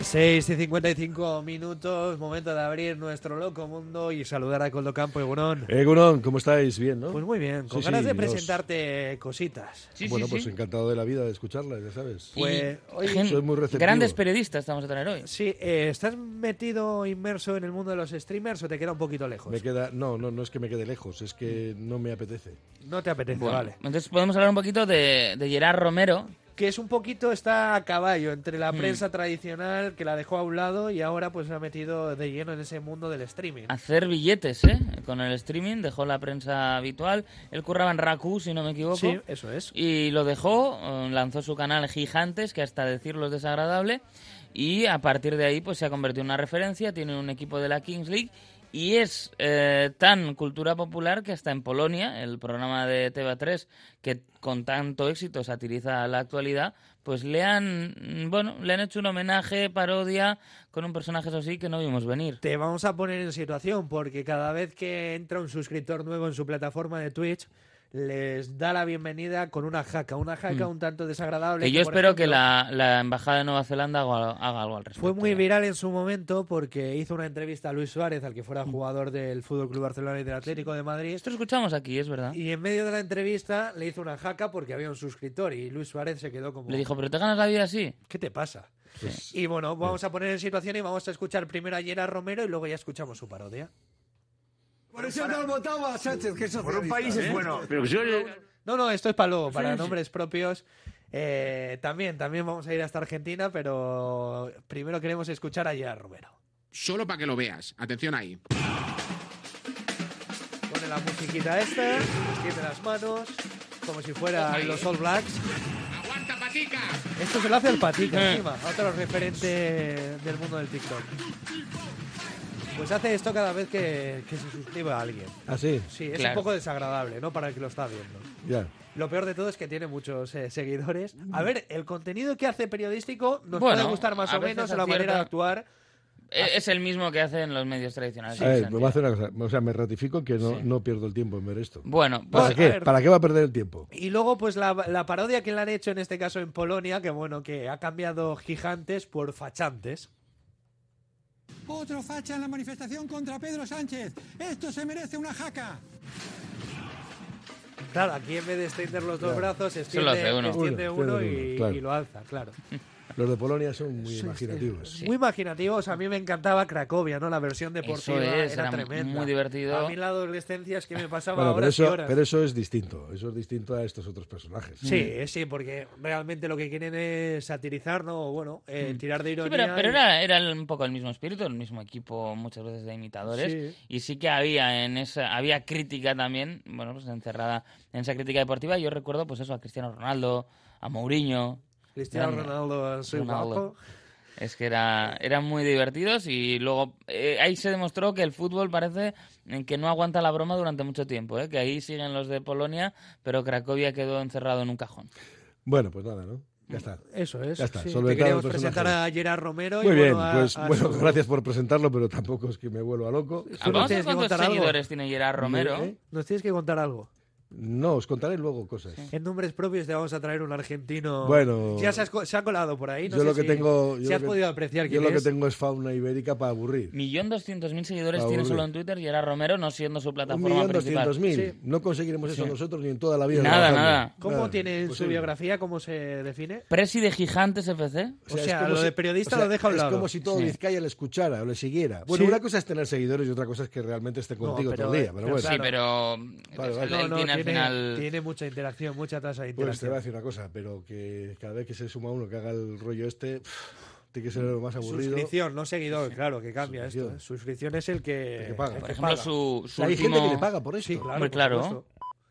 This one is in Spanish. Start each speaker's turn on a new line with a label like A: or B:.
A: 6 y 55 minutos, momento de abrir nuestro loco mundo y saludar a Coldo Campo y Gunón.
B: Eh, Gunón, ¿cómo estáis? Bien, ¿no?
A: Pues muy bien, con
B: Sí,
A: ganas
B: sí,
A: de
B: los-
A: presentarte cositas.
C: Sí,
B: bueno,
C: sí,
B: pues
C: sí.
B: encantado de la vida de escucharla, ya sabes.
A: Pues-
C: Y
A: hoy
C: gen-
B: soy muy receptivo.
C: Grandes periodistas vamos a tener hoy.
A: Sí, eh, ¿estás metido inmerso en el mundo de los streamers o te queda un poquito lejos?
B: Me queda, no, no, no es que me quede lejos, es que no me apetece.
A: No te apetece,
C: Bueno,
A: vale.
C: Entonces podemos hablar un poquito de, de Gerard Romero.
A: Que es un poquito, está a caballo entre
B: Hmm.
A: la prensa tradicional que la dejó a un lado y ahora pues se ha metido de lleno en ese mundo del streaming.
C: Hacer billetes, ¿eh? Con el streaming, dejó la prensa habitual. Él curraba en Raku, si no me equivoco.
A: Sí, eso es.
C: Y lo dejó, eh, lanzó su canal Gigantes, que hasta decirlo es desagradable. Y a partir de ahí, pues se ha convertido en una referencia. Tiene un equipo de la Kings League. Y es eh, tan cultura popular que hasta en Polonia, el programa de Teva 3, que con tanto éxito satiriza la actualidad, pues le han, mm, bueno, le han hecho un homenaje, parodia, con un personaje, eso sí, que no vimos venir.
A: Te vamos a poner en situación porque cada vez que entra un suscriptor nuevo en su plataforma de Twitch, les da la bienvenida con una jaca, una jaca un tanto desagradable.
C: Mm. Que yo
A: por
C: espero que
A: ejemplo,
C: la, la embajada de Nueva Zelanda haga, haga algo al respecto.
A: Fue muy
C: ya.
A: viral en su momento porque hizo una entrevista a Luis Suárez, al que
C: Mm.
A: fuera jugador del Fútbol Club Barcelona y del Atlético de Madrid.
C: Esto lo escuchamos aquí, es verdad.
A: Y en medio de la entrevista le hizo una jaca porque había un suscriptor y Luis Suárez se quedó como,
C: Le dijo, pero te ganas la vida así.
A: ¿qué te pasa?
B: Pues,
A: Y bueno, vamos a poner en situación y vamos a escuchar primero a Gerard Romero y luego ya escuchamos su parodia.
D: Por eso no han votado a Sánchez, que es Por un país es bueno.
E: Pero que yo le-
A: No, no, esto es para luego, para nombres propios. Eh, también, también vamos a ir hasta Argentina, pero primero queremos escuchar a Gerard Romero.
F: Solo para que lo veas. Atención ahí.
A: Pone la musiquita esta, tiene las manos, como si fueran los All Blacks.
F: ¡Aguanta, patica!
A: Esto se lo hace el
D: Eh.
A: Patica encima, otro referente del mundo del TikTok. Pues hace esto cada vez que, que se suscriba a alguien.
B: ah, sí,
A: Sí, es un
C: Claro.
A: poco desagradable, ¿no? Para el que lo está viendo.
B: ya.
A: Lo peor de todo es que tiene muchos eh, seguidores. A ver, el contenido que hace periodístico nos
C: Bueno,
A: puede gustar más
C: a
A: o
C: veces
A: menos a la
C: acierta.
A: manera de actuar.
C: Eh, Es el mismo que hacen los medios tradicionales.
B: a ver,
C: en ese
B: voy pues a hacer
C: sentido.
B: una cosa. O sea, me ratifico que no,
C: Sí.
B: no pierdo el tiempo en ver esto.
C: Bueno, pues,
B: ¿Para
A: Pues, a
B: qué?
A: ver.
B: ¿Para qué va a perder el tiempo?
A: Y luego, pues la, la parodia que le han hecho en este caso en Polonia, que bueno, que ha cambiado gigantes por fachantes.
D: Otro facha en la manifestación contra Pedro Sánchez. Esto se merece una jaca.
A: Claro, aquí en vez de extender los dos brazos, extiende,
C: hace uno.
A: extiende
B: Uno,
A: uno,
B: extiende
A: y,
B: uno, claro.
A: y lo alza, claro.
B: Los de Polonia son muy imaginativos.
A: Muy imaginativos. A mí me encantaba Cracovia, ¿no? La versión deportiva
C: es,
A: era,
C: era
A: tremenda.
C: muy divertido.
A: A mí la adolescencia es que me pasaba
B: Bueno, pero
A: horas y
B: eso,
A: horas.
B: pero eso es distinto. Eso es distinto a estos otros personajes.
A: Sí, eh, sí, porque realmente lo que quieren es satirizar, ¿no? O Bueno, eh, tirar de
C: Mm. Sí,
A: ironía.
C: pero, pero
A: y-
C: era, era el- un poco el mismo espíritu, el mismo equipo muchas veces de imitadores. Y sí que había en esa había crítica también, bueno, pues encerrada en esa crítica deportiva. Yo recuerdo pues eso a Cristiano Ronaldo, a Mourinho.
A: Cristiano
C: Eran-
A: Ronaldo, soy
C: Ronaldo.
A: guapo.
C: Es que era, eran muy divertidos y luego eh, ahí se demostró que el fútbol parece en que no aguanta la broma durante mucho tiempo, ¿eh? que ahí siguen los de Polonia, pero Cracovia quedó encerrado en un cajón.
B: Bueno, pues nada, ¿no? Ya está.
A: Eso es.
B: Ya está,
A: sí. Te
B: solventado
A: queríamos
B: el personaje.
A: presentar a Gerard Romero.
B: Muy
A: y
B: bien,
A: bueno, a-
B: pues
A: a
B: bueno,
A: su-
B: gracias por presentarlo, pero tampoco es que me vuelva loco.
A: Tú nos
C: Vamos a ver
A: tienes que
C: cuántos
A: contar algo.
C: seguidores tiene Gerard Romero.
B: ¿Eh?
A: Nos tienes que contar algo.
B: No, os contaré luego cosas.
A: En nombres propios te vamos a traer un argentino.
B: Bueno.
A: Ya se, has co- se ha colado por ahí. No
B: yo
A: sé
B: lo que
A: si-
B: tengo, yo
A: si
B: lo
A: has
B: que-
A: podido apreciar
B: yo
A: quién
B: lo que
A: es.
B: tengo es fauna ibérica para aburrir.
C: Millón doscientos mil seguidores
B: Aburre.
C: tiene solo en Twitter Gerard Romero, no siendo su
B: Un
C: plataforma
B: millón
C: principal.
B: doscientos mil.
A: Sí.
B: No conseguiremos eso nosotros ni en toda la vida.
C: Nada,
B: trabajando.
C: nada.
A: ¿Cómo
B: Nada, Pues
A: tiene en su
B: imposible.
A: biografía? ¿Cómo se define?
C: Presi de Gigantes FC.
A: O sea,
B: es como
A: lo de periodista lo deja a un
B: Es
A: lado.
B: como si todo
C: Sí.
B: Vizcaya le escuchara o le siguiera. Bueno,
A: Sí.
B: una cosa es tener seguidores y otra cosa es que realmente esté contigo
A: pero,
B: todo el
A: eh,
B: día. Pero
A: pero
B: bueno,
C: Sí,
A: claro.
C: pero
B: Vale, vale.
C: él tiene al final...
A: tiene mucha interacción, mucha tasa de
B: Pues te
A: interacción.
B: voy a decir una cosa, pero que cada vez que se suma uno que haga el rollo este, pff, tiene que ser lo más aburrido.
A: Suscripción, no seguidor, claro, que cambia esto.
B: Suscripción.
A: ¿eh? Suscripción es el que,
B: El que paga.
A: el
B: Por
C: Por ejemplo,
A: paga.
C: su, su
B: Hay
C: último...
B: gente que le paga por eso.
A: Sí, claro. por
C: Hombre, claro.
A: supuesto.